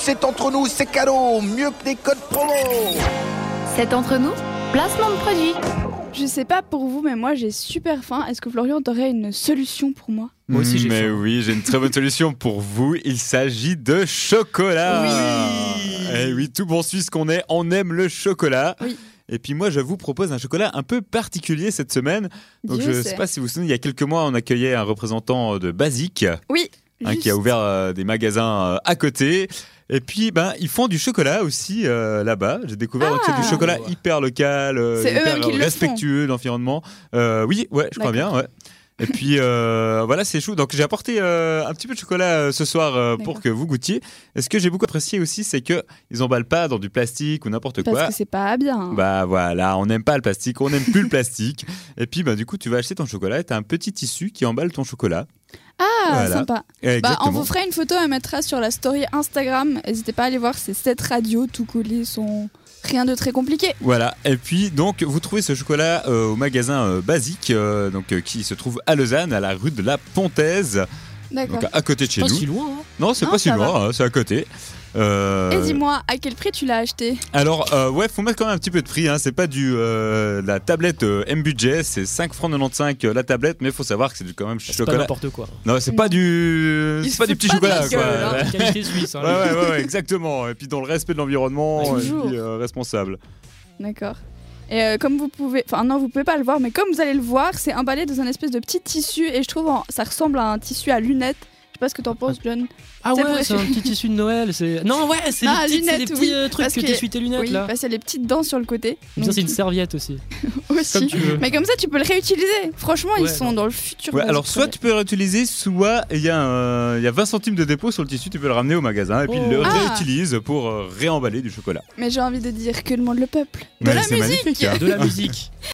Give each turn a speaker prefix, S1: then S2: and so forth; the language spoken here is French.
S1: c'est entre nous, c'est cadeau, mieux que des codes promo.
S2: C'est entre nous, placement de produit.
S3: Je sais pas pour vous, mais moi j'ai super faim. Est-ce que Florian, t'aurais une solution pour moi
S4: Moi aussi, j'ai
S5: Mais
S4: faim.
S5: oui, j'ai une très bonne solution pour vous. Il s'agit de chocolat. Eh oui, tout bon Suisse qu'on est, on aime le chocolat.
S3: Oui.
S5: Et puis moi, je vous propose un chocolat un peu particulier cette semaine. Donc
S3: Dieu
S5: je ne
S3: sait.
S5: sais pas si vous vous souvenez, il y a quelques mois, on accueillait un représentant de Basique
S3: Oui,
S5: hein,
S3: juste-
S5: qui a ouvert euh, des magasins euh, à côté. Et puis, ben, ils font du chocolat aussi euh, là-bas. J'ai découvert donc, que c'est du
S3: Ah.
S5: chocolat hyper local, euh,
S3: C'est
S5: hyper
S3: eux-mêmes qui le
S5: respectueux de l'environnement. Euh, oui, ouais, je crois bien. Ouais. Et puis euh, voilà, c'est chou. Donc j'ai apporté euh, un petit peu de chocolat euh, ce soir euh, pour
S3: D'accord.
S5: que vous goûtiez. Et ce que j'ai beaucoup apprécié aussi, c'est que ils emballent pas dans du plastique ou n'importe
S3: Parce
S5: quoi.
S3: que c'est pas bien.
S5: Bah voilà, on n'aime pas le plastique, on n'aime plus le plastique. Et puis bah du coup, tu vas acheter ton chocolat et t'as un petit tissu qui emballe ton chocolat.
S3: ah,
S5: voilà.
S3: sympa. Bah, on vous fera une photo à mettra sur la story Instagram. N'hésitez pas à aller voir, c'est cette radio tout collé, sont rien de très compliqué.
S5: Voilà, et puis donc vous trouvez ce chocolat euh, au magasin euh, Basique, euh, donc, euh, qui se trouve à Lausanne, à la rue de la Pontaise,
S3: D'accord.
S5: donc à côté de chez
S4: Pas
S5: nous.
S4: si loin. hein.
S5: Non, c'est
S3: Non,
S5: pas si
S3: ça va.
S5: loin, hein, c'est à côté. Euh,
S3: Et dis-moi, à quel prix tu l'as acheté
S5: alors, euh, ouais, faut mettre quand même un petit peu de prix, hein, c'est pas du euh, la tablette euh, M budget, c'est 5 francs 95 euh, la tablette, mais faut savoir que c'est du quand même
S4: C'est pas
S5: chocolat.
S4: n'importe quoi.
S5: non, c'est pas du
S4: Il
S5: c'est pas
S4: se
S5: du petit
S4: fout pas
S5: chocolat
S4: de la gueule,
S5: quoi.
S4: hein, de qualité suisse. hein,
S5: Ouais, ouais, ouais, ouais, exactement. Et puis dans le respect de l'environnement, et
S3: Toujours.
S5: puis euh, responsable.
S3: D'accord. Et euh, comme vous pouvez, enfin non, vous pouvez pas le voir, mais comme vous allez le voir, c'est emballé dans un espèce de petit tissu et je trouve en- ça ressemble à un tissu à lunettes. Je sais pas ce que t'en penses, John.
S4: Ah
S3: C'est pour
S4: ouais, c'est un petit tissu de Noël. c'est- Non, ouais, c'est
S3: Ah,
S4: les petites- c'est les
S3: lunettes,
S4: petits
S3: oui,
S4: euh, trucs
S3: parce
S4: que
S3: que-
S4: t'essuies tes lunettes
S3: oui,
S4: là.
S3: parce qu'il y a les petites dents sur le côté.
S4: Ou Bien,
S3: Donc,
S4: c'est une serviette aussi.
S3: aussi.
S4: Comme tu veux.
S3: Mais comme ça, tu peux le réutiliser. Franchement, ils
S4: Ouais,
S3: sont
S4: non.
S3: dans le futur.
S5: Ouais,
S3: basique
S5: alors soit
S3: projet.
S5: tu peux le réutiliser, soit il y, a un- il y a 20 centimes de dépôt sur le tissu, tu peux le ramener au magasin et puis
S4: Oh.
S5: il le
S3: Ah.
S5: réutilise pour euh, réemballer du chocolat.
S3: Mais j'ai envie de dire que demande le peuple. De
S5: Ouais,
S3: la
S5: c'est
S3: musique.
S5: magnifique, hein.
S4: De la musique.